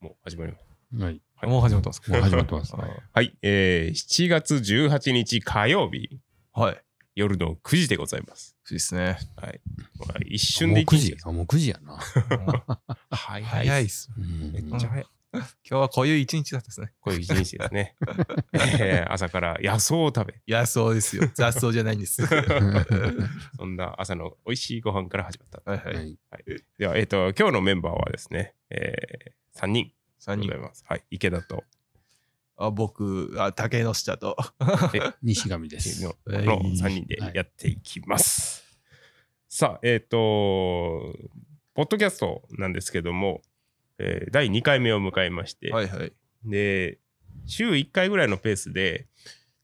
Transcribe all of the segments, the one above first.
もう始まります。ははい。いもう始まったんですかもう始まって ます。はい、えー、7月18日火曜日、はい。夜の9時でございます。そうですね。まあ一瞬でもう9一日時。あ、もう9時やな。早い早いっす。す。うんめっちゃ早い。今日はこういう一日だったですね。こういう一日です ね。えー朝から野草を食べ、いや、そうですよ。雑草じゃないんです。はいそんな朝の美味しいご飯から始まった。は。はいい。では、えっ、と、今日のメンバーはですね、えー、3人3でご人ざい。ます。はい、池田と、あ僕、あ竹の下と。西上です。のははいの3人でやっていきます。さあ、えっ、と、ポッドキャストなんですけども、えー第2回目を迎えまして、はいはい。で、週1回ぐらいのペースで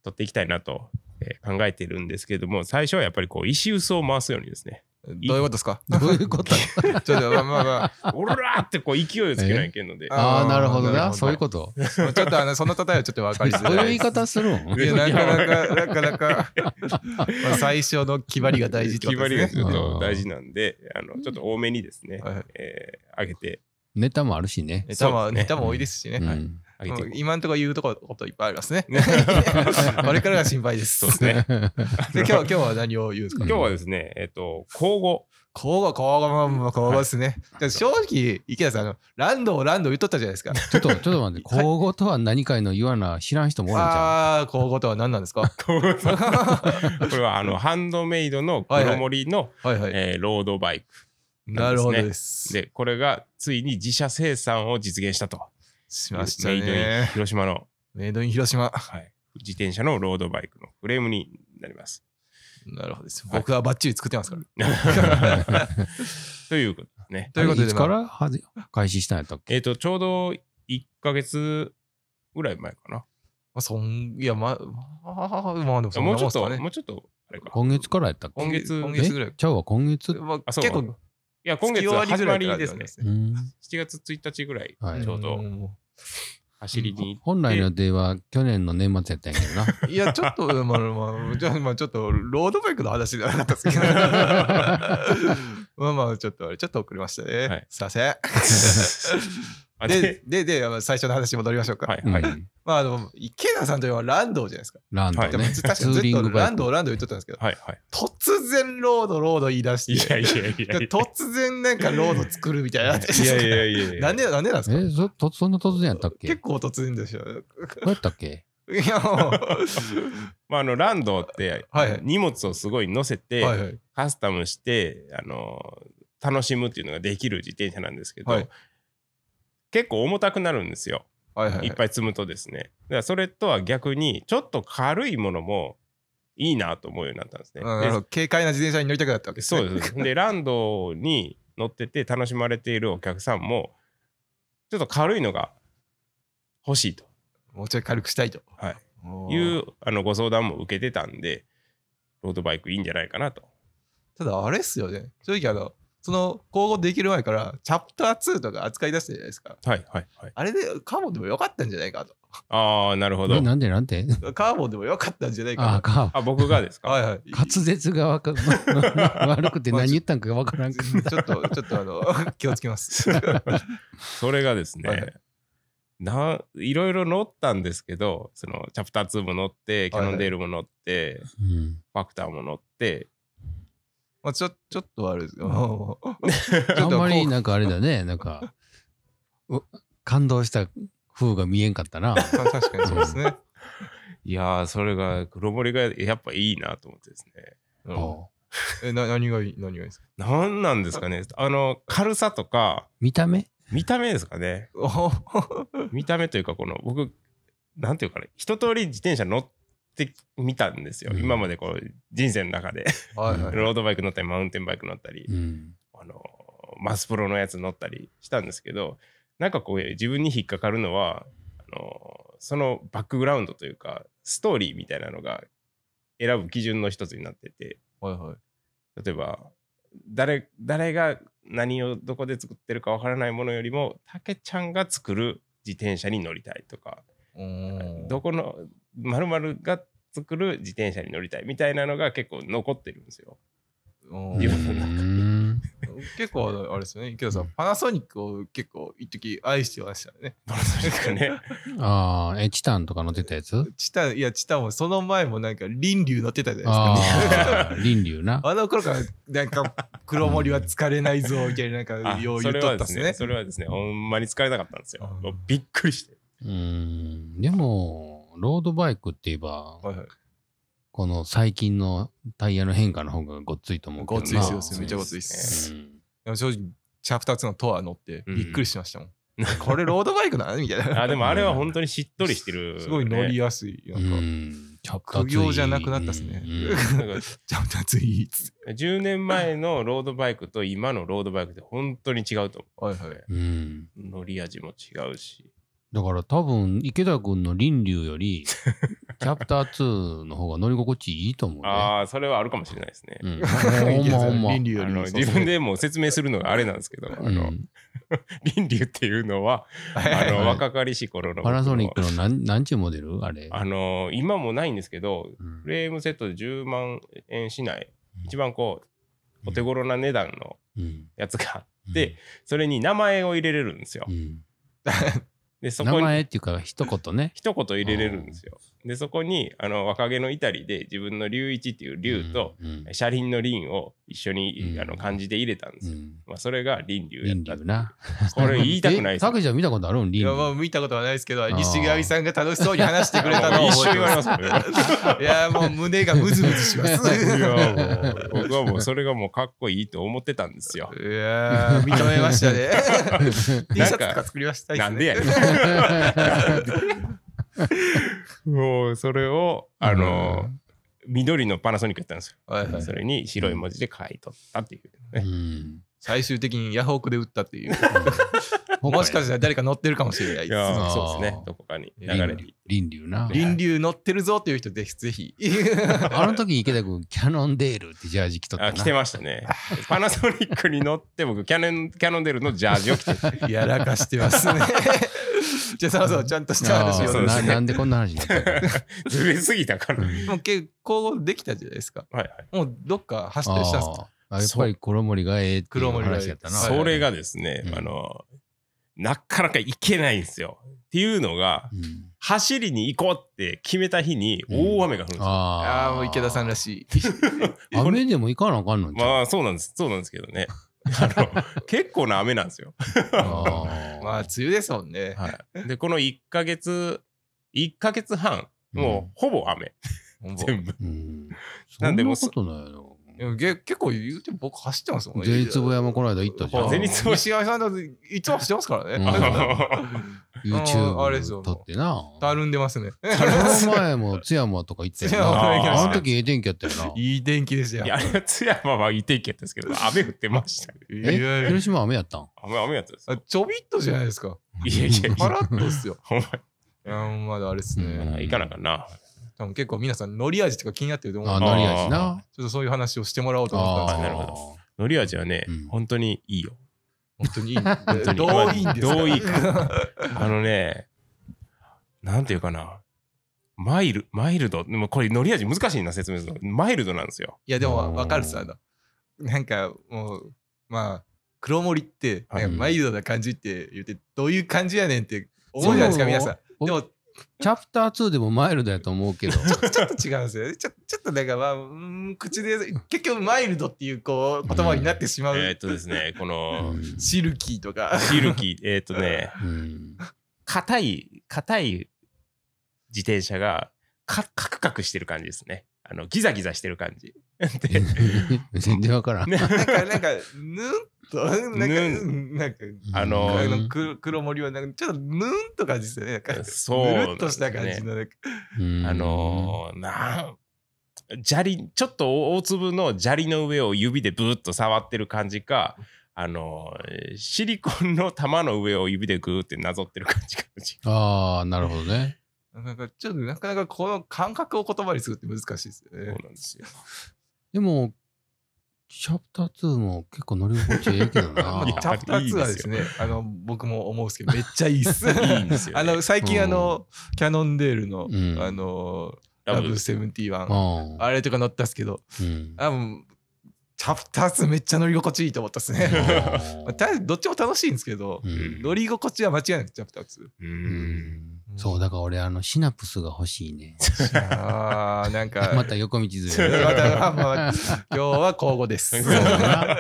撮っていきたいなと、えー考えてるんですけども、最初はやっぱりこう、石臼を回すようにですね、どういうことですかどういうこと ちょっと、まあまあまオラーってこう、勢いをつけないけんの で、ああ、なるほどなるほな。どそういうこと。あ、ちょっとあの、その例えはちょっと分かりづそういうら言 いいです。方するん いや、なかなか、なかなか、まあ最初の決まりが大事ってこ決とまりでがすちね。ょっと大事なんで、あのちょっと多めにですね、はいはいえー上げて、ネタもあるしね。ネそタうでも、すねネタも多いですしね。うはいん上げていこう。もう今んとこ言うとここといっぱいありますねそこれからが心配です。うです ね。で今日今日は何を言うんですか 今日はですね、えっ、と、交互。こうがこうがまあまあこうですね。で正直、池田さんあの、ランドをランド言っとったじゃないですか。ちょっと、ちょっと待って。口語とは何かいの言わな、知らん人もおるんちゃああ、こうごとは何なんですかは これはあのハンドメイドの黒森の、いはい。えーロードバイクなるほどです。でこれがついに自社生産を実現したとしましたメイドインね。広島の、メイドイン広島。はい、自転車のロードバイクのフレームになり ます。なるほどです。はい僕はバッチリ作ってますから。ということですね。というこう。といでつ、まあからはじ開始したんやったっけえっ、とちょうど1ヶ月ぐらい前かな。まあそん、いや、まあ、まあ、まあ、でもそんもなもうんちょでっすと、かねも。うちょっとあれか。今月からやったっけ今月今月ぐらいえ。ちゃうわ、今月。まあ、あそう結構、いや今月は始まりですね。う。ん7月1日ぐらいはいちょうどん走りに行って本来の予定は去年の年末やったんやけどな。いや、ちょっと、まあまあ、じゃあまあ、ちょっと、ロードバイクの話ではなかった ですけど。まあまあ、ちょっと、あれ、ちょっと遅れましたね。はいすいません。 あで、で、で、まあ最初の話に戻りましょうか。はいはい。うんまあ、あの、池田さんといえばランドじゃないで すか。ランドはいでもね。確かにツーずリっンとグバイクランド、ランド言っとったんですけど、はいはい。突然ロード、ロード言い出いして、やいやいやいや。突然なんかロード作るみたいになって。いやいやいやいや。なんで、なんでなんですかえ、そとそんな突然やったっけ結ど構突然でしょ。うやったっけいや、もう。まあ、あのランドってはいはい荷物をすごい乗せてはいはい。カスタムしてあの楽しむっていうのができる自転車なんですけどはい結構重たくなるんですよはいはいはいいっぱい積むとですねだからそれとは逆にちょっと軽いものもいいなと思うようになったんですねうんなるほど軽快な自転車に乗りたくなったわでけです、そね。うですでランドに乗ってて楽しまれているお客さんもちょっと軽いのが欲しいともうちょい軽くしたいと。はいおいーうあのご相談も受けてたんで、ロードバイクいいんじゃないかなと。ただあれっすよね。正直あの、その、交互できる前から、チャプター2とか扱い出したじゃないですか。はいはいはい。あれでカーボンでもよかったんじゃないかああ、なるほえど。なんでなんでと。カーボンでもよかったんじゃないあかあかん。あ、僕がですと。か。はいはい。滑舌がわか 悪くて何言ったんかわからんく ちょっと、ちょっと あの、気をつけます。 それがですね、はいいないろいろ乗ったんですけど、そのチャプター2も乗って、キャノンデールも乗って、うんファクターも乗って、まあ、ちょ、ちょっとあれですよ。もう ちょあっんとこうまりなんかあれだ ね、なんか、う感動した風が見えんか ったな。た確かにそうですね。いやー、それが、黒森がやっぱいいなと思ってですね。うんえ、な、何がいい、何がいいですか なんなんですかね、あの、軽さとか、見た目見た目ですかね。おー見た目というかこの僕なんていうかね一通り自転車乗ってみたんですよ、うん今までこう人生の中ではいはい。ロードバイク乗ったりマウンテンバイク乗ったり、うん。あのマスプロのやつ乗ったりしたんですけどなんかこう自分に引っかかるのはあのそのバックグラウンドというかストーリーみたいなのが選ぶ基準の一つになっててはいはい。例えば誰誰が何をどこで作ってるかわからないものよりもたけちゃんが作る自転車に乗りたいとかうーんどこの〇〇が作る自転車に乗りたいみたいなのが結構残ってるんですよ。うん自分の中にうん結構あのあれですよね池田さうんんパナソニックを結構一時愛してましたよねパナソニックね。ああ、え、チタンとか乗ってたやつチタンいやチタンもその前もなんか輪流乗ってたじゃないですかああ、輪流な。 あの頃からなんか黒森は疲れないぞみたいななんか あようそ言っれとはっでたっすすねね、それはですね、ほんまに疲れなかったんですよ。うんもうびっくりして。うーん。でも、ロードバイクって言えば、はいはいこの最近のタイヤの変化の方がごっついと思うけどな。ごっついっすまよあめっちゃごっついっそうですすうんでも正直チャプター2のトア乗ってうんびっくりしました もん、これロードバイクなのみたいなあでもあれは本当にしっとりしてる、すごい乗りやすい。なうんか、ん。ちょっと苦行じゃなくなったっすねうんうん。なんかちゃんと熱いっつって。 10年前のロードバイクと今のロードバイクって本当に違うと思はいはい。うんう。乗り味も違うし。だから多分、池田君の輪流より、 キャプター2の方が乗り心地いいと思うね。ああ、それはあるかもしれないですね。うん。ほんまほんま。倫理あよりの自分。でもう説明するのがあれなんですけど、あうのん輪流っていうのは、そうそうあはいはいの若かりし頃の僕パのナソニックの何何ちゅうモデルあれ。あの今もないんですけど、うんフレームセットで10万円しない、一番こう、お手頃な値段のうんやつがあ って、それに名前を入れれるんですよう。んで、そ名こに前っていうか、一言ね。一言入れれるんですよ。で、そこに、あの、若気の至りで自分の龍一っていう龍と、うん、うん車輪の輪を一緒に、うんあの漢字で入れたんですよ。うんまあ、それが輪龍や輪ったっていう。流な。これ言いたくないえですタケちゃん見たことあるん い輪流。やもう見たことはないですけど、ー西上さんが楽しそうに話してくれたのを 一緒覚え言てわれまますすもんね。いや、もう胸がムズムズ します。いいやもう僕はもうそれがもうかっこいいと思ってたんですよ。やー、認めましたね。T シャツとか作りましたいっなすんでねやねん。もうそれをあの緑のパナソニックやったんですはいはよ。いそれに白い文字で書いとったっていう ね。うん。最終的にヤフオクで打ったっ ていうう。んもしかしたら誰か乗ってるかもしれないいでやす。ーあーそうですね。どこかに流れに。輪流な。い輪流乗ってるぞっていう人ぜひぜひ。 あの時池田君、キャノンデールってジャージ着とったな。あ着てました ね。パナソニックに乗って僕キャノンキャノンデールのジャージを着て たやらかしてます ね。じゃあ、そろそろちゃんとした話あーをそうですなねなんでこんな話にな ったのずれすぎたから。はいもう結構できたじゃないですか。はい。もうどっか走ったりしたんですかあーあやっぱり黒森がええっていう黒森がええ話やったな。はいそれがですねう、んあのなかなか行けないんですよ。っていうのがうん走りに行こうって決めた日に大雨が降るんですよ。あああ、もう池田さんらしい。い。雨でも行かなあかんのんちゃうまあそうなんですそうなんですけどねあの結構な雨なんですよ、あー まあ、梅雨ですもんね。はい、でこの1ヶ月1ヶ月半もうほぼ雨、ほぼ全部うんそなんんなでもうことないよ。でもげ結構言うて僕走ってますもんね。ゼリツボ山この間行ったじゃあん。ゼリツボ西側さんだといつも走ってますからうんね。あ YouTube あれですよ撮ってな。 たるんでますね。 その前も津山とか行ったよ津山行きましな。たあの時ええ天気やったよな。いい天気でしたいやよあ。れは津山はいていけですけど雨降ってましたねいやいえや広島雨やったん雨雨やったですあちょびっとじゃないですか。いやいやいパやラッとっすよ。ほんいやまだあれですうまんね。に行かなかな多分結構皆さん、乗り味とか気になってると思うあ、んで乗り味な。ちょっとそういう話をしてもらおうと思ったんあであ、すけどなるほ乗り味はね、うん本当にいいよ本当にいいんで。当にどういいんですかどういいあのねなんていうかなマイルマイルドでもこれ乗り味難しいな説明するのマイルドなんですよ いやでうもん分かるさなんかもうまあ黒森ってなんかはいマイルドな感じって言ってどういう感じやねんって思うじゃないですそかう皆さんおでもちチャプター2でもマイルドやと思うけど。ょちょっと違うんですよねちょちょっとなんかまあうーん口で結局マイルドっていうこう言葉になってしまう、えーっとですねこのうんシルキー とかシル キー、えーっ、とね、うん 硬い、硬い自転車がか、カクカクしてる感じですね。あの、ギザギザしてる感じ。 で、全然わからん。なんかなんかぬんとなんかぬなんかあのあーの黒黒森はなんかちょっとぬんと感じですよねなんかそうぬなんですねるっとした感じのなんかあのーなん、砂利、ちょっと大粒の砂利の上を指でブーッと触ってる感じか、あのーシリコンの玉の上を指でグーってなぞってる感じかもしああ、なるほどね。なんかちょっとなかなかこの感覚を言葉にするって難しいですよれねない。そうなんですよ。でも、チャプター2も結構乗り心地ええけど な。いやチャプター2はですね、あの、僕も思うんですけど、めっちゃいいっ す。いいんですよ、あね。の、最近あの、キャノンデールのう、んあの、ララブブセブンティワン、ああれとか乗ったっすけど、うんあもうチャプター2めっちゃ乗り心地いいと思ったです ね。まあうたどっちも楽しいんですけど、ん乗り心地は間違いなくチャプター2。う。うんんそう、だから俺、あの、シナプスが欲しいね。あーなん か、また横道ずれる。またまあ今日は交互で す。そうそうでだな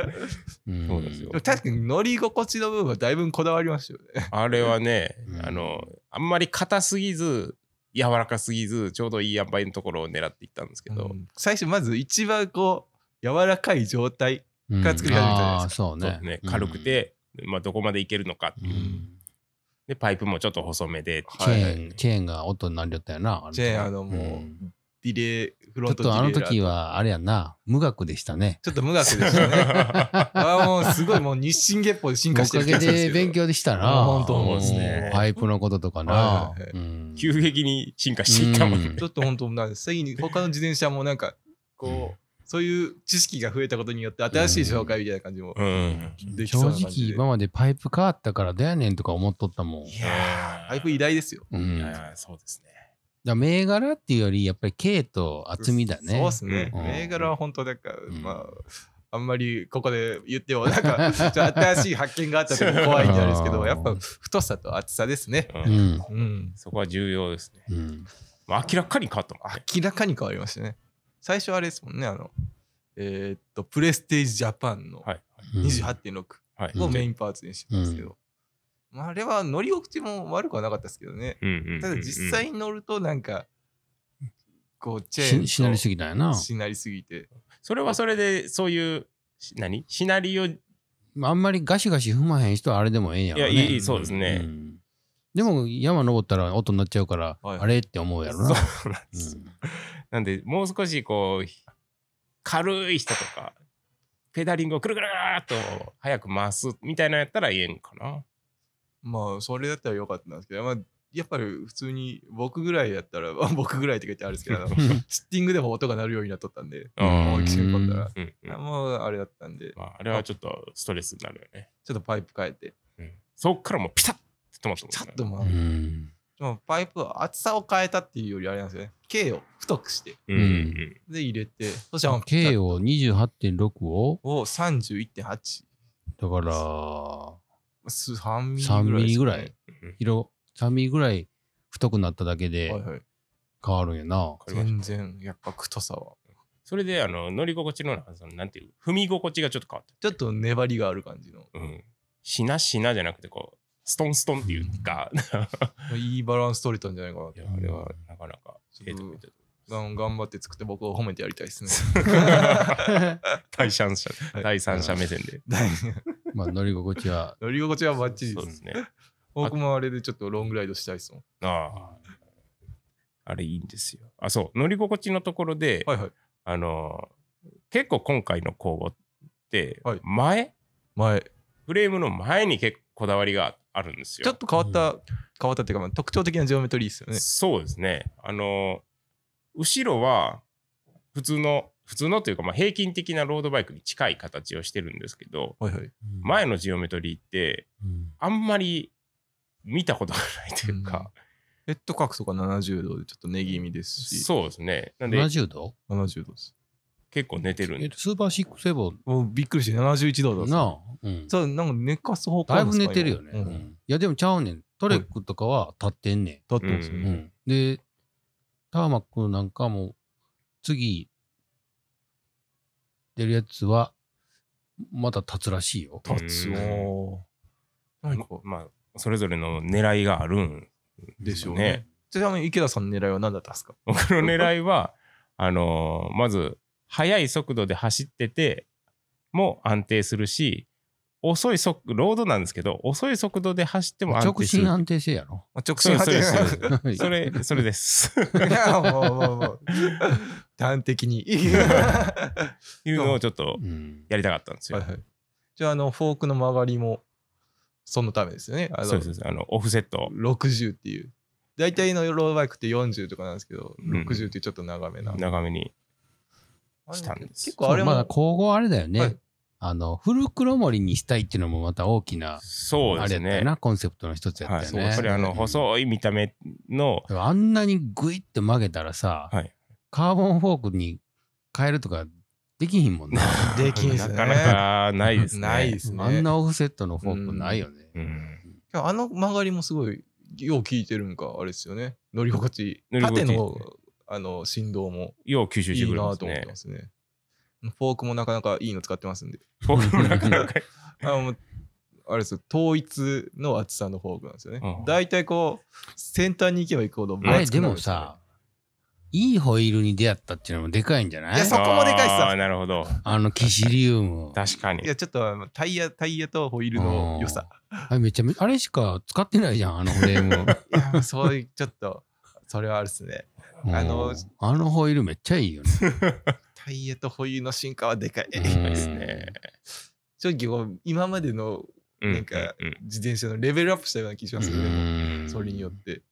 うんそうですよも確かに乗り心地の部分はだいぶこだわりましたよね。あれはねう、んあの、あんまり硬すぎず、柔らかすぎず、ちょうどいい塩梅のところを狙っていったんですけど、最初まず一番こう柔らかい状態うんが作り始めたじゃないですかああそうそうねですね、軽く、て、まあ、どこまでいけるのかってういうんで、パイプもちょっと細めで、チェはいーン、チェーンが音になりよったよな。れチェーンあのもうディレイフうんロちょンっとトディレイあのラー時は、あれやな、無学でしたね。ちょっと無学でしたね あーもうすごいもう日進月歩で進お化してかるげ感じですけど勉強でしたな。本当そうですねパイプのこととかなはいはい。う ん急激に進化していったもんね。ちょっと本当なんです最近他の自転車もなんかこうそういう知識が増えたことによって新しい紹介みたいな感じもうん。でき正そうな感直じで今までパイプ変わったからどうやねんとか思っとったもん。いやだいぶ偉大ですようー、いん、だかやーそうですね。ら銘柄っていうよりやっぱり軽と厚みだねそう。ですね。うん銘柄は本当なんか、んまあ、あんまりここで言っても、なんか、ちょっと新しい発見があった時怖いんじゃないですけあど、ーやっぱ太さと厚さですね。ううんんうん。そこは重要ですね。うんまあ、明らかに変わったもんね。明らかに変わりましたね。最初あれですもんね、あの、えーっと、プレステージジャパンのはい。うん28.6はい。をメインパーツにしてたんですけど、まあ、あれは乗り心地も悪くはなかったですけどね。うんうんうんうんただ実際に乗ると、なんか、こう、チェーンししなりすぎぎたんやな。しなりすぎて。それはそれでそういうし何シナリオいあんまりガシガシ踏まへん人はあれでもええんやろやね。いいそうですね、うんでも山登ったら音になっちゃうから、はいあれって思うやろな。そうなんです、なんでもう少しこう軽い人とかペダリングをくるくるくるっと早く回すみたいなのやったら言えんかなまあ、それだったらよかったんですけど、まあ、やっぱり普通に僕ぐらいやったら、まあ僕ぐらいって書いてあるんですけど、あ のシッティングでも音が鳴るようになっとったんで、うん思いっきり込んだら、うんうんあもうあれだったんで、まあ、あれはちょっとストレスになるよね、ちょっとパイプ変えて、うん、そっからもうピタッて止まったもんねちょっとまあ、うんうんまあパイプは厚さを変えたっていうよりあれなんですよね、径を太くして、うんうんで入れて、そしたらもうピタッ K を28.6をを31.8、だからす3ミリぐらい、 3ミリぐらい。広3ミリぐらい太くなっただけではいはい。変わるんやなわ。かりました全然、やっぱ太さは。それであの乗り心地のなんかそのなんていう踏み心地がちょっと変わっちょっと粘りがある感じの、た、うん、しなしなじゃなくてこうストンストンっていうか、 いいバランス取れたんじゃないかなっていやあれはなかなかええとこ 行ったとうん頑張って作って僕を褒めてやりたいですね。第三者、はい第三者目線で。 まあ乗り心地は乗り心地はバッチリそでうす。ですね。僕もあれでちょっとロングライドしたいですもん。ああ。あれいいんですよ。あ、そう。乗り心地のところで、はいはい。あのー、結構今回の公募って、はい前、前。フレームの前に結構こだわりがあるんですよ。ちょっと変わった、変わったっていうか、まあ、特徴的なジオメトリーですよね。そうですね。あのー、後ろは、普通の、普通のというか、まあ、平均的なロードバイクに近い形をしてるんですけど、はいはい。前のジオメトリーって、うんあんまり見たことがないというか、うんヘッド角とか70度でちょっとネギ味ですし、そうですね。なんで、 70度70度です。結構寝てるんえで。っとスーパーシックセブもうびっくりして71度だンったなうんそう、なんか寝かす方向だないんでぶすか寝てるよね。今ううんんいやでもちゃうねん。トレックとかは立ってんね。立ってますようんうね。んでターマックなんかも次出るやつはまだ立つらしいよ。うん立つよ。なんか、まあ、それぞれの狙いがあるんでしょうね。。ちなみに池田さんの狙いは何だったんですか僕の狙いは、あのーまず、速い速度で走ってても安定するし、遅い速、ロードなんですけど、遅い速度で走っても安直定する進。安定性やろ。まあ直そ進うです派そうでですすそうねです。 それ、それ です。いやもうもうもう端的 にいうのをちょっとうんやりたかったんですよ。はいはいじゃああのフォークの曲がりもそのためですよねあそうのですそうです。あの、オフセット。 60っていう大体のロードバイクって40とかなんですけど、うん60っていうちょっと長めな長めに。あれしたんです結構あれも、まだ今後あれだよね。はいあの、フル黒森にしたいっていうのもまた大きな、そうあですれやったねよ。な、コンセプトの一つやはっい。たよね。やっぱりあの、うん細い見た目の、でもあんなにグイって曲げたらさ、はいカーボンフォークに変えるとかできひんもんね。 できんなすねかなかないですね。 ないですねあんなオフセットのフォークないよね。うん。あの曲がりもすごいよう効いてるんかあれですよね乗り心地乗り心縦地のあの振動もよう吸収いしていくれまなすと思ってねま。すねフォークもなかなかいいの使ってますんで僕もなかなか。あのもうあれですよ統一の厚さのフォークなんですよねうん大体こう先端に行けば行くほど分あれ厚くでなるんもですよねさ、いいホイールに出会ったっていうのもでかいんじゃないいやそこもでかいっすわあーなるほど。あのキシリウム。確かにい。やちょっとあのタイヤタイヤとホイールの良さ あれめちゃめちゃ、あれしか使ってないじゃん、あのフレーム。いやそういうちょっとそれはあれですねあのうんあのホイールめっちゃいいよね。タイヤとホイールの進化はでかいうんいいですね。正直こう今までのうんなんかうんうん自転車のレベルアップしたような気しますよね、うんそれによって。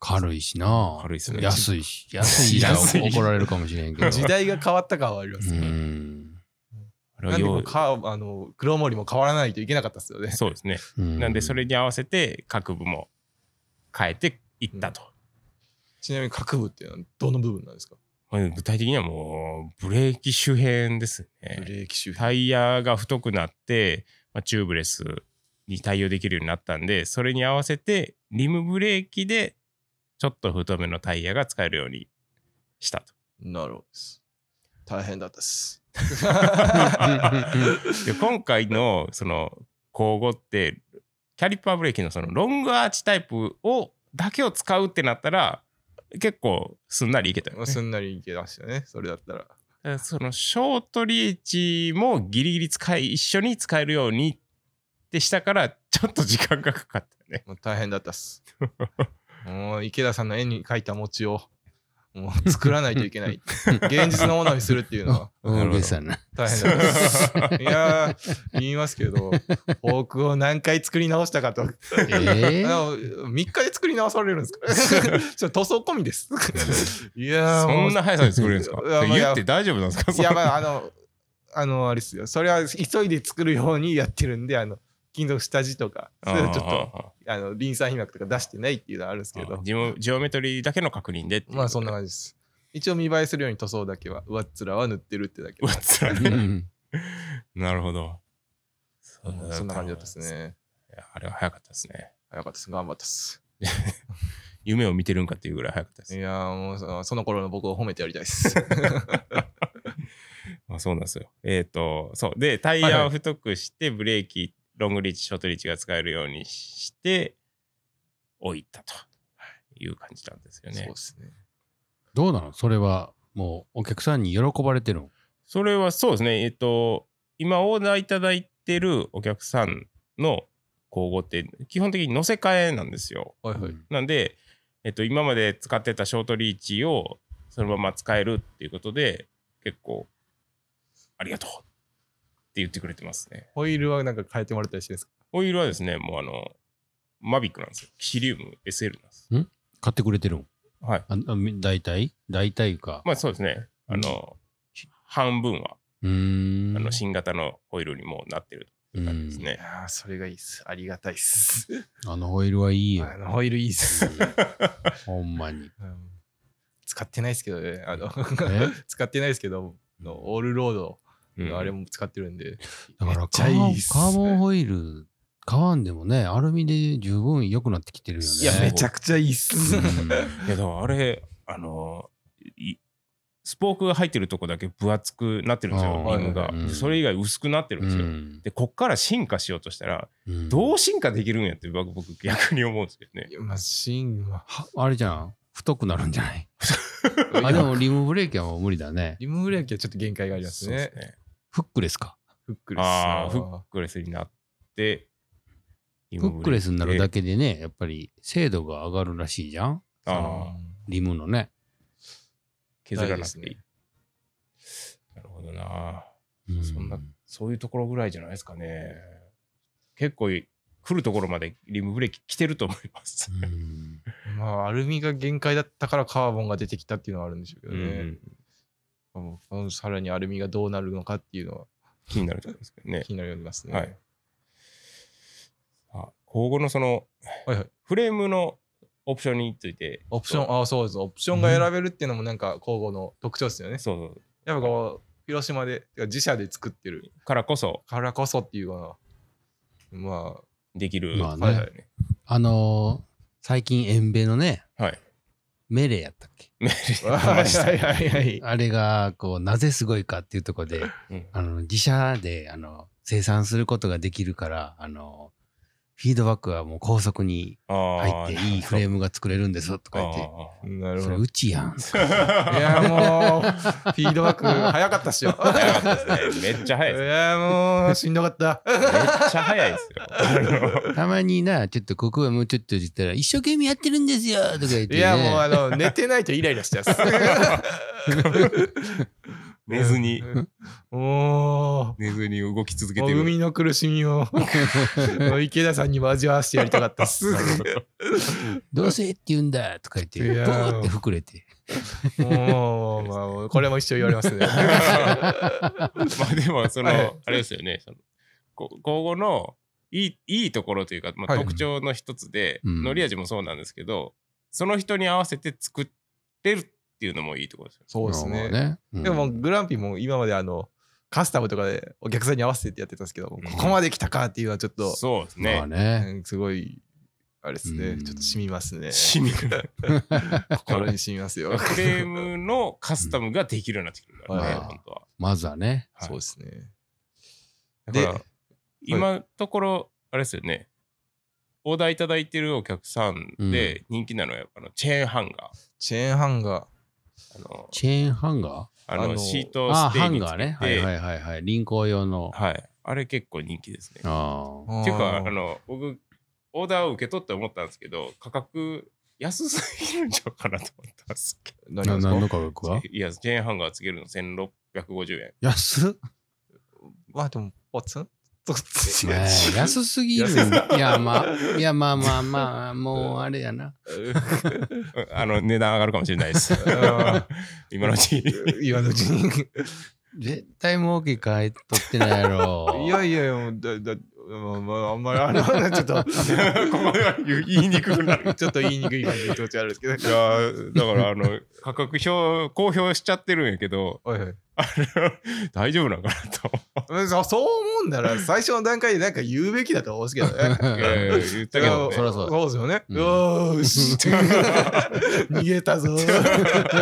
軽いしな。軽いですね。安いし。安いら安い怒られるかもしれんけど。時代が変わった感はありますうね。んあれなはんでよこううかあの黒森も変わらないといけなかったですよね。そうですね。うなんでそれに合わせて各部も変えていったと。ちなみに各部っていうのはどの部分なんですか、うん具体的にはもうブレーキ周辺ですブね。レーキ周辺。タイヤが太くなって、まあ、チューブレスに対応できるようになったんで、それに合わせてリムブレーキでちょっと太めのタイヤが使えるようにしたと。なるほどです。大変だった です。で今回のその口語ってキャリパーブレーキのそのロングアーチタイプをだけを使うってなったら結構すんなりいけたよ、まあねすんなりいけましたね、それだったら。だからそのショートリーチもギリギリ使い一緒に使えるようにってしたからちょっと時間がかかったよねもう大変だった っす。もう池田さんの絵に描いた餅をもう作らないといけない。現実のものにするっていうのは うん、別だな。大変だったっす。いやー、言いますけど、フォークを何回作り直したかと。ええ 3日で作り直されるんですか ちょっと塗装込みです。いやー、もそうんな速さで作れるんですかいやまあ言って大丈夫なんですかい や、まあ、あの、あの、あれですよ。それは急いで作るようにやってるんで、あの、金属下地とか、それはちょっと、とあの、リン酸皮膜とか出してないっていうのはあるんですけど。ジオジオメトリーだけの確認でまあそ んなう感じです。一応見栄えするように塗装だけは、上っ面は塗ってるってだけわ。辛ういんなるほどそうんそんな感じだったですね。いやあれは早かったですね。早かったです。頑張ったです。夢を見てるんかっていうぐらい早かったです。いやーもうそその頃の僕を褒めてやりたいです。まあ、そうなんですよ。えっ、と、そう。で、タイはいはヤいを太くして、ブレーキ、ロングリーチ、ショートリーチが使えるようにして、置いたという感じなんですよそうねで。すね。どうなのそれは、もうお客さんに喜ばれてるのそれはそうですね。えっ、と、今オーダーいただいてるお客さんの工房って、基本的に乗せ替えなんですよ。はいはうい。んなんで、えっと、今まで使ってたショートリーチをそのまま使えるっていうことで、結構、ありがとうって言ってくれてますね。ホイールはなんか変えてもらったりしてるんですかオイールはですね、もうあの、マビックなんですよ。キシリウム SL なんです。買ってくれてるのはい。ああみ大体大体いうか。まあそうですね。あの、半分は、うーん。あの、新型のホイールにもうなってるという感じですいね。やーそれがいいっす。ありがたいっす。あのホイールはいいよあ。のホイールいいっす。ほんま に。うん使ってないですけどね。あのえ使ってないですけど、のオールロードうんのあれも使ってるんで。だめかっらちカゃいーボンいっす。カーボンホイール買わんでもね、アルミで十分良くなってきてるよね。いや、めちゃくちゃいいっす。うんいや、だからあれ、あの、いスポークが入ってるとこだけ分厚くなってるんですよ、あーリムがはいはいは。いでそれ以外薄くなってるんですよ。で、こっから進化しようとしたら、うんどう進化できるんやって僕、僕逆に思うんですけどねい。やまあ、シンは。はあれじゃん太くなるんじゃないあでもリムブレーキはもう無理だね。リムブレーキはちょっと限界がありますそうでねす。ね。フックレスか。フックレス。ああ、フッあクレスになって、フックレスになるだけ。けでね、やっぱり精度が上がるらしいじゃんーああ、リムのね。削らなくてい大事いで。なるほどな。うそんなそういうところぐらいじゃないですかね。結構い来るところまでリムブレーキ来てると思います。うんまあ、アルミが限界だったからカーボンが出てきたっていうのはあるんでしょうけどね。もううんさらにアルミがどうなるのかっていうのは気になるところですけどね。気になりますね。はい。あ、今後のそのはいはいフレームのオプションについて。オプション、ああ、そうです。オプションが選べるっていうのもなんか、交互の特徴ですよね。そうやっぱこう、広島で、てか自社で作ってるからこそからこそっていうかな。まできるまあね方だよね。あのー最近、エンベのね、はい。メレやったっけメールあ、で飛ばしたはいはいはい。あれが、こう、なぜすごいかっていうところで、うんあの、自社で、あの、生産することができるから、あの、フィードバックはもう高速に入あーって、いいフレームが作れるんですとか言って、あなるそほれど。うちやん。いやもう、フィードバック早かったっしょ。ー早かったですね。めっちゃい早いです。やもう、しんどかった。めっちゃ早いですよ。あたまにな、ちょっとここはもうちょっと言ったら、一生懸命やってるんですよとか言って、いね。やもう、あの、寝てないとイライラしちゃう。の寝ずに、も寝ずに動き続う、けもてうる。海の苦しみ を池田さんにも味わわせてやりたかったっす。どうせって言うんだとか言って、いやポーって膨れて。もう、まあ、これも一生言われますね。まあでも、その、はいあれですよね。そのこ今後のいいいいところというか、まあ、はい特徴の一つで、うんのり味もそうなんですけど、その人に合わせて作れるっていうのもいいところですよ。そうですね。まあねうんでもグランピも今まであのカスタムとかでお客さんに合わせてってやってたんですけど、ここまで来たかっていうのはちょっと、そうですまあね。ね。うんすごいあれですね、うんちょっと染みますねシミフ心に染みますよ、レームのカスタムができるようになってくるからね、はい本当は。まずはね。はい そうですねだでから今のところあれですよねオーダーいただいてるお客さんで人気なのはやっぱあのチェーンハンガチェーンハンーガーあのチェーンハンガーあのあのシートああ、ステハーンにガーつけてね。はいはいはいはい。輪行用の。はいあれ結構人気ですねああ。っていうかあーあの僕オーダーを受け取って思ったんですけど価格安すぎるんちゃうかなと思ったんですけ何なですか何の価格どはいやチェーンハンガーつけるの1650円安っ。まあでもポツンとつね え安すぎ る。いや、まあ、いや、まあまあまあ、もうあれやな。うんあの値段上がるかもしれない です今のうちに 今のうち に絶対儲け買い取ってないや ろ。いやいやいやもうだだまあまああんまりあのちょっ ことこでは言う言いにくくなる ちょっと言いにくい感じの気持ちはあるんですけどいやーだからあの価格表公表しちゃってるんやけど はい はいあの大丈夫なんかなとそそう思うんなら最初の段階でなんか言うべきだと思うんですけどね。いやいや言ったけだけどどねそらそうだそうですよね。うんよーし 逃げたぞ。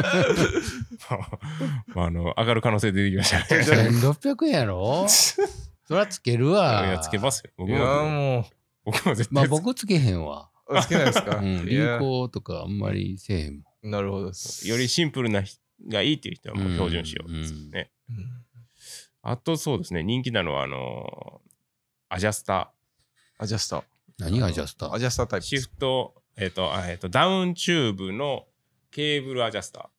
まああの上がる可能性出てきましたね1600円やろそらつけるいわ。やつけますよい僕やもも僕も絶まあ対つ僕つけへんわ。う好きなんですうか。ん。い流や行とかあんまりせえへんもん。なるほど。よりシンプルな人がいいっていう人はもう標準しよう、うんねあとそうですね人気なのはあのーアジャスタアジャスター。何がジャスタアジャスタータイーシプ。フトえっ、とあえっ、とダウンチューブのケーブルアジャスタ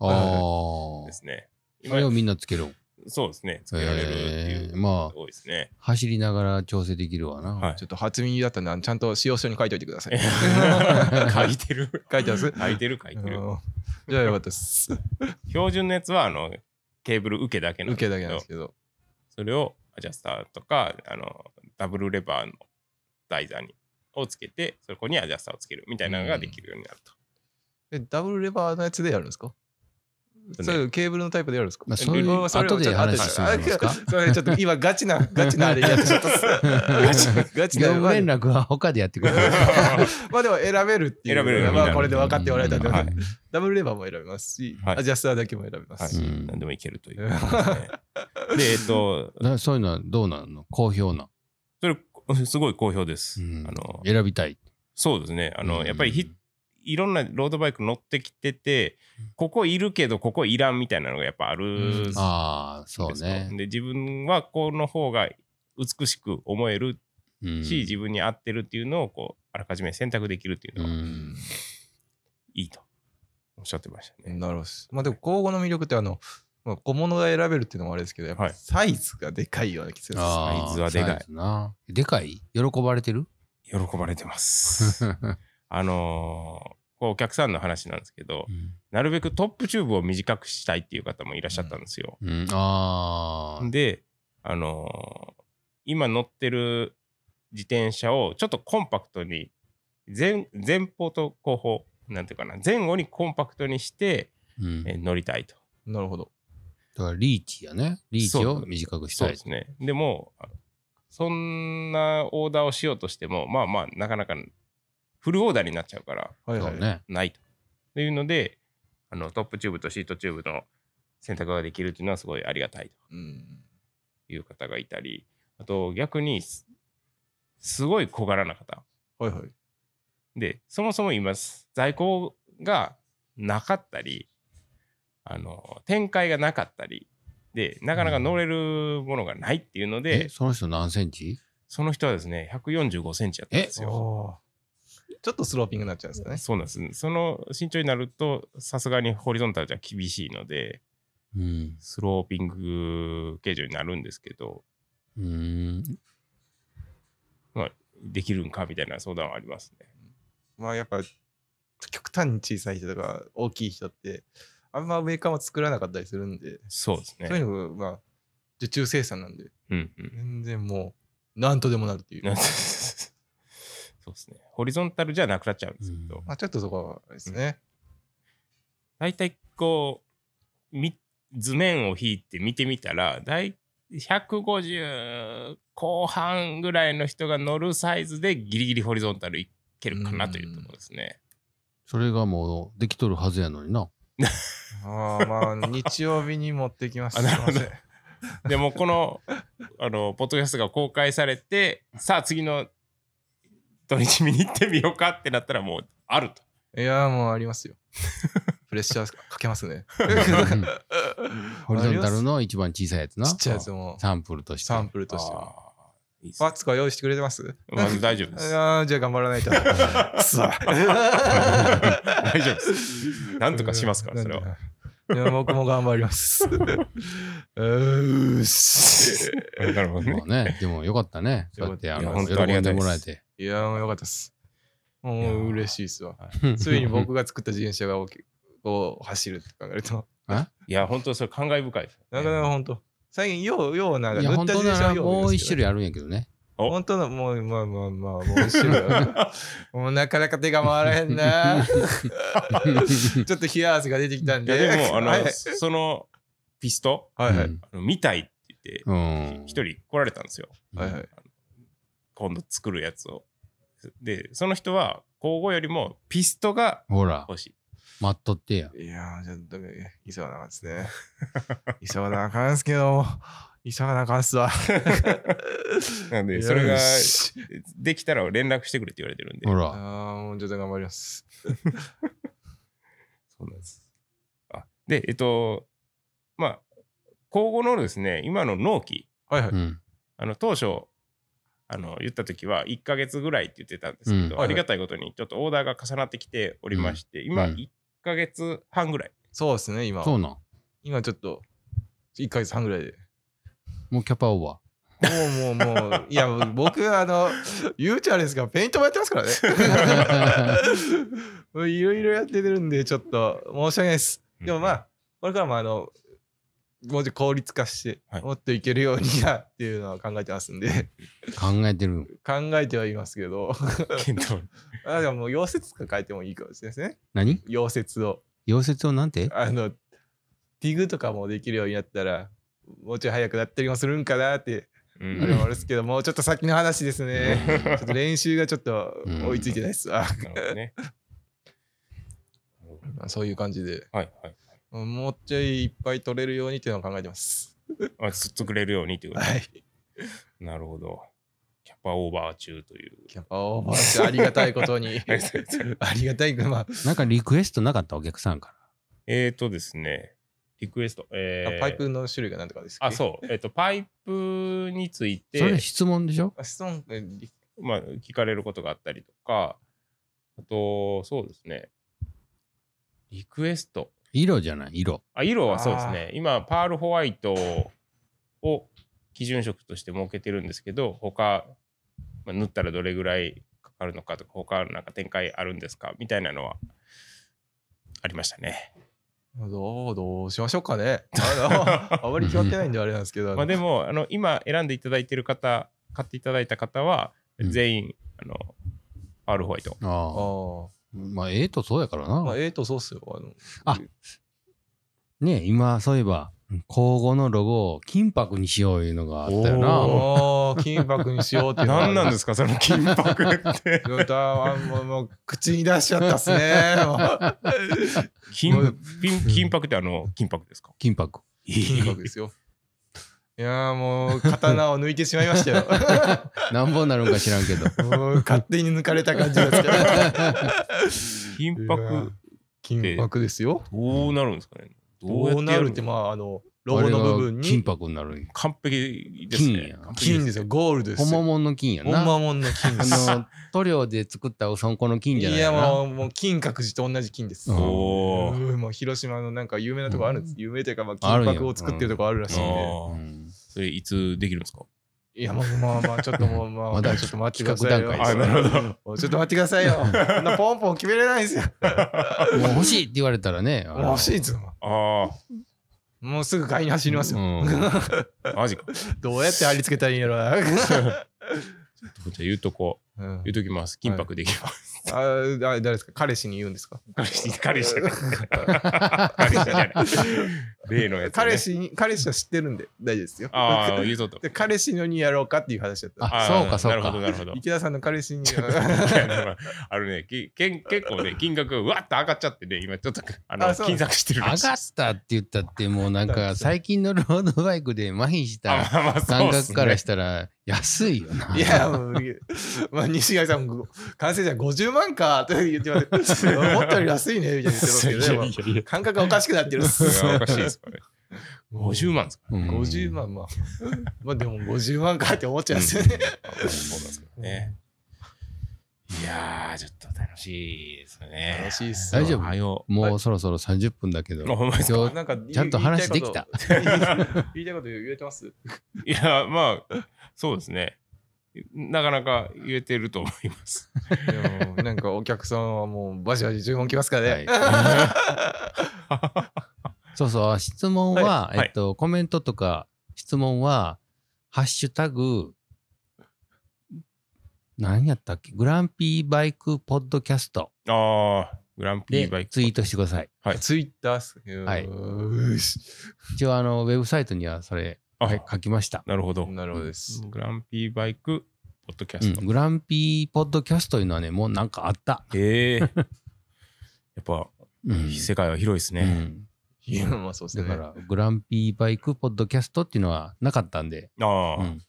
あーあですねあれ今をみんなつけるん。そうですねつけられるっていうえーまあ多いです ね、走りながら調整できるわな。はいちょっと初耳だったんであのちゃんと使用書に書いておいてください。 書いてる書いてます書いてる書いてるうんじゃあよかったです。標準のやつはあのケーブル受けだけなん受ですけどけだけなんですけど。それをアジャスターとかあのダブルレバーの台座にをつけてそこにアジャスターをつけるみたいなのができるようになると、 えダブルレバーのやつでやるんですかそれケーブルのタイプでやるんですかまあそういううんそれは後でちょっと話するんですかあすいませんちょっと今ガチな、ガチなあれやって ちょっとガチな、ガチ業な。務連絡は他でやってくれ る。まあでも選べるっていう。選べるよまみんあなこれで分かってもらえたんで、はいダブルレバーも選べますし、はいアジャスターだけも選べまはすいし。うん何でもいけると いうことですね、でえっとだそういうのはどうなんの好評な。それすごい好評です、うんあの選びたい。そうですねああの、やっぱりひいろんなロードバイク乗ってきててここいるけどここいらんみたいなのがやっぱあるうんああ、そうですよね。で自分はこの方が美しく思えるうんし、自分に合ってるっていうのをこうあらかじめ選択できるっていうのうがんいいとおっしゃってましたね。なるほどです。まあでも、交互の魅力って、あの、まあ、小物が選べるっていうのもあれですけど、やっはぱいサイズがでかいような気がするんですよ。あーサイズはでかいサイズなでかい喜ばれてる喜ばれて ます。あのーこうお客さんの話なんですけどなるべくトップチューブを短くしたいっていう方もいらっしゃったんですよ。うん、ああ。であのー今乗ってる自転車をちょっとコンパクトに前前方と後方なんていうかな前後にコンパクトにして、うんえー乗りたいと。なるほど。だからリーチやね。リーチを短くしそうたでい。すね。でも、あのそんなオーダーをしようとしても、まあまあ、なかなかフルオーダーになっちゃうから、はいそはうい。ね。ないと。というので、あのトップチューブとシートチューブの選択ができるっていうのはすごいありがたいうん。という方がいたり、あと逆にす、すごい小柄な方。はいはい。で、そもそも今、在庫がなかったり、あの、展開がなかったり、で、なかなか乗れるものがないっていうので、え、その人何センチその人はですね、145センチやったんですよ。おーちょっとスローピングになっちゃうんですかね。そうなんです。その身長になると、さすがにホリゾンタルじゃ厳しいので、うん。スローピング形状になるんですけど、うーん。できるんかみたいな相談はありますね。まあやっぱ極端に小さい人とか大きい人ってあんまメーカーも作らなかったりするんで、そうですそうね。いうのがまあ受注生産なんでうんうん。 全然もう何とでもなるっていうな。そうですね。ホリゾンタルじゃなくなっちゃうんですけど、うんまあちょっとそこはあれですね。大体こうみ図面を引いて見てみたら大150後半ぐらいの人が乗るサイズでギリギリホリゾンタルいけるかなというところですね。それがもうできとるはずやの にな。ああまあ日曜日に持ってきます。 あなるほどすいませんでもこの あのポッドキャストが公開されてさあ次の土日見に行ってみようかってなったらもうあると。いやーもうありますよ。 プレッシャーかけますね。ホリゾンタルの一番小さいやつな。ちっちゃいやつもサンプルとして。サンプルとして。あーいいっすパーねツとか用意してくれてますまず大丈夫です。あーじゃあ頑張らないと。くそ大丈夫です。 なんとかしますから、それは。いや僕も頑張ります。うーっし。 なるほどねま。あね、でもよかったね。そうやってあいやの本喜当ありがんたでいですもらえて。いやーよかったです。もう嬉しいっすわ。つつい に僕が作った自転車が大きを走るって考えると、いや、本当それ感慨深いです。なかなか本当最近よう、ようなんかいや、塗っ本た当自転車なはらよもう一種類。類あるんやけどね。お本当のもう、まあまあまあ、もう一種類 ある。もうなかなか手が回らへんな。ちょっと冷や汗が出てきたんいで。や、でも、あの、はいそのピスト、はいはい。あの見たいって言って、うん。一人来られたんですよ。はいはい。今度作るやつを。で、その人は、交互よりもピストがほら、欲しい。待っとってや。いやー、ちょっと、急がなあかんですね。急がなあかんすけど、急がなあかんっすわ。なんで、それがよしできたら連絡してくれって言われてるんでほ。あら。ー、もうちょっと頑張ります。そうなんです。あで、えっと、まあ、交互のですね、今の納期、はいはい。うん。あの当初あの言った時は1ヶ月ぐらいって言ってたんですけど、うんありがたいことにちょっとオーダーが重なってきておりまして、今うん1ヶ月半ぐらい、そうですね、今。そうなん。今ちょっと、1ヶ月半ぐらいで。もうキャパオー バもうもうもう、いや、僕、あの、言うちゃあれですが、ペイントもやってますから ね。いろいろやってるんで、ちょっと、申し訳ないです。でもまあ、これからも、あの、もうちょい効率化しては、いもっといけるようになっていうのは考えてますんで、ー。考えてる。考えてはいますけ ど、けどあでももう溶接とか変えてもいいかもしれないですね。何溶接を。溶接をなんてあの、ティグとかもできるようになったら、もうちょい早くなったりもするんかなって、うあれんもあれですけど、もうちょっと先の話ですね。 ちょっと練習がちょっと追いついてないっすわ。なるほどねそういう感じで、はいはいもうちょいいっぱい取れるようにっていうのを考えてます。あつ作れるようにっていうこと、はい。なるほどキャパオーバー中というキャパオーバーありがたいことに。 ありがたいことにありがたいこと、まあ、なんかリクエストなかったお客さんかえーとですねリクエストえー、パイプの種類がなんとかですあそうえっ、とパイプについら。それて質問でしょう。質問、えりまあ、聞かれることがあったりとか、あと、そうですね、リクエスト。色じゃない色。あ、色はそうですね、今、パールホワイトを基準色として設けてるんですけど、他、まあ、塗ったらどれぐらいかかるのかとか、他なんか展開あるんですかみたいなのはありましたね。どう、どうしましょう かね。あの、あまり決まってないんであれなんですけど。まあ、でも、あの今選んでいただいてる方、買っていただいた方は、うん全員、あの、パールホワイト。ああ。あまあ、ええとそうやからなあ。ま。あ、ええと、そうっすよ。あの、ねえ今そういえば口語のロゴを金箔にしよういうのがあったよおな。おー金箔にしようっていうのは何 なんですかその金箔ってちょっとあもうもう口に出しちゃったっす ねもう金金金箔ってあの金箔ですか金箔。金箔ですよいやーもう刀を抜いてしまいました よ何本なるんか知らんけど。もう勝手に抜かれた感じですけ金どうわ箔金箔ですよどうなるんですかねどうなるってまあああの ロゴの部分あれが金に箔になるんや完璧です金ねや完璧金ですよゴールドです本よ物の金やほんな。まもんの金であすの塗料で作ったうそんこの金じゃないいよやなもうもう金閣寺と同じ金ですうんおーうんもう広島のなんか有名なとこあるんです、有名というかまあある金んや箔を作ってるとこあるらしいんで、うんうんそれいつできるんですかいやまあまあまあちょっともうまあ まだちょっと待ってくださいよ企あ画なるほどおい ちょっと待ってくだ さいよこんなポンポン決めれないですよもう欲しいって言われたらね。もう欲しいっつうのあもうすぐ買いに走りますよ、うんあマジかどうやって貼り付けたらいいんやろな、じゃあ言うとこう うん言うときます金箔できますああ誰ですか彼氏に言うんですか彼氏彼氏じゃない彼氏じゃない例のやつね彼氏に彼氏は知ってるんで大丈夫ですよああ 言うとった で彼氏のにやろうかっていう話だったああーそうかそうなかるほどなるほど 池田さんの彼氏にいやでもあのねきけん結構ね金額がうわっと上がっちゃってね今ちょっとあのあそう金額してる上らしいがったって言ったってもうなんか最近のロードバイクで麻痺したあまあまあそう感っすね覚からしたら安いよな。 いや、もう、まあ、西貝さんも、完成じゃ50万かって言ってますけど、思ったより安いね、みたいな言ってますけ ど、で もいやいやいや感覚がおかしくなってるっす。いやおかしい ですこれ50万ですかうん50万、まあ、まあでも50万かって思っちゃうんですよね。らそうなんですけどねいやーちょっと楽しいですね楽しいっす大丈夫はよもうそろそろ30分だけど。あほんまです今日なんか言いちゃんと話できた。言いたいこと 言いたいこと言えてますいやまあそうですねなかなか言えてると思います いやもうなんかお客さんはもうバシバシ注文きますからね。はいそうそう、質問は、はいはいえっと、コメントとか質問は、ハッシュタグ、何やったっけグランピーバイクポッドキャストああグランピでーバイクツイートしてください。はい ツイッターっすね。はいうーし一応、あの、ウェブサイトにはそれ、あはい書きました。なるほどなるほどです。グランピーバイクポッドキャうスん、トグランピーポッドキャストいうのはね、もうなんかあった。 へえやっぱうん世界は広いですうねんいや、まあそうですだね。から、グランピーバイクポッドキャストっていうのはなかったんで、ああ、うん、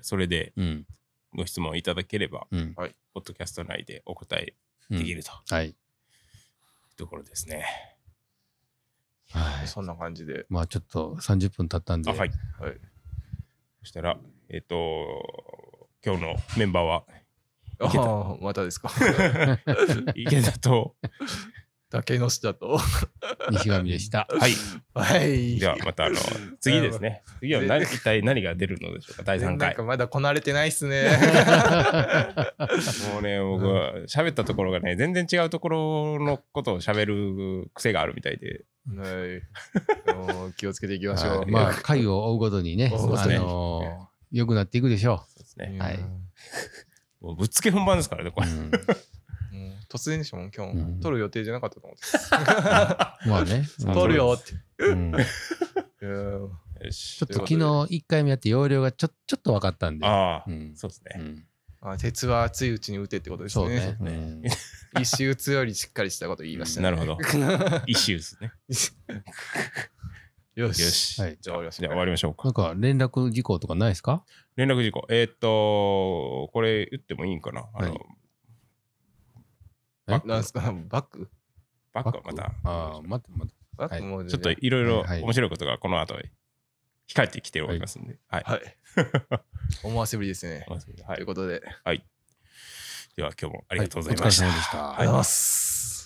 それでうん、ご質問いただければうん、ポッドキャスト内でお答えうんできると、はい。ところですねはいそんな感じで。まあちょっと30分経ったんで、あはいはい。そしたらえっ、と今日のメンバー はあいけたあ、またですか。 池田と竹の下と。西上 でした。はいはい。ではまたあの次です ね次は何一体何が出るのでしょうか第3なん回かまだこなれてないっすね。 もうね僕は喋ったところがね全然違うところのことを喋る癖があるみたいではい。もう気をつけていきましょはう。いまあ回を追うごとにね、あそうですねのー良くなっていくでしょそうですねやはいもうぶっつけ本番ですからねこう。うれんうん突然でしたもん、今日、うん撮る予定じゃなかったと思って。まあね。うん撮るよって。うん。ちいやーよしょっと昨日1回目やって容量がちょちょっと分かったんで。ああ、うんそうですうね、んまあ鉄は熱いうちに打てってことですそうねね。。うねん一周打つよりしっかりしたこと言いましたね。なる ほどイシューですね よし。よし、はいじゃあじゃあ終わりましょうかなんか連絡事項とかないですか連絡事項。えーっと、これ言ってもいいんかなあの何、バッなんクすか、バックバックはまた、ああ、待って待って。バッはいクもうちょっと全然いろいろはい面白いことがこの後、控えてきておりますんで。はい。はい。 思わせぶりですね。はいということで、ありがとうでは今日もありがとうございまおした疲れ様。でした。ございます。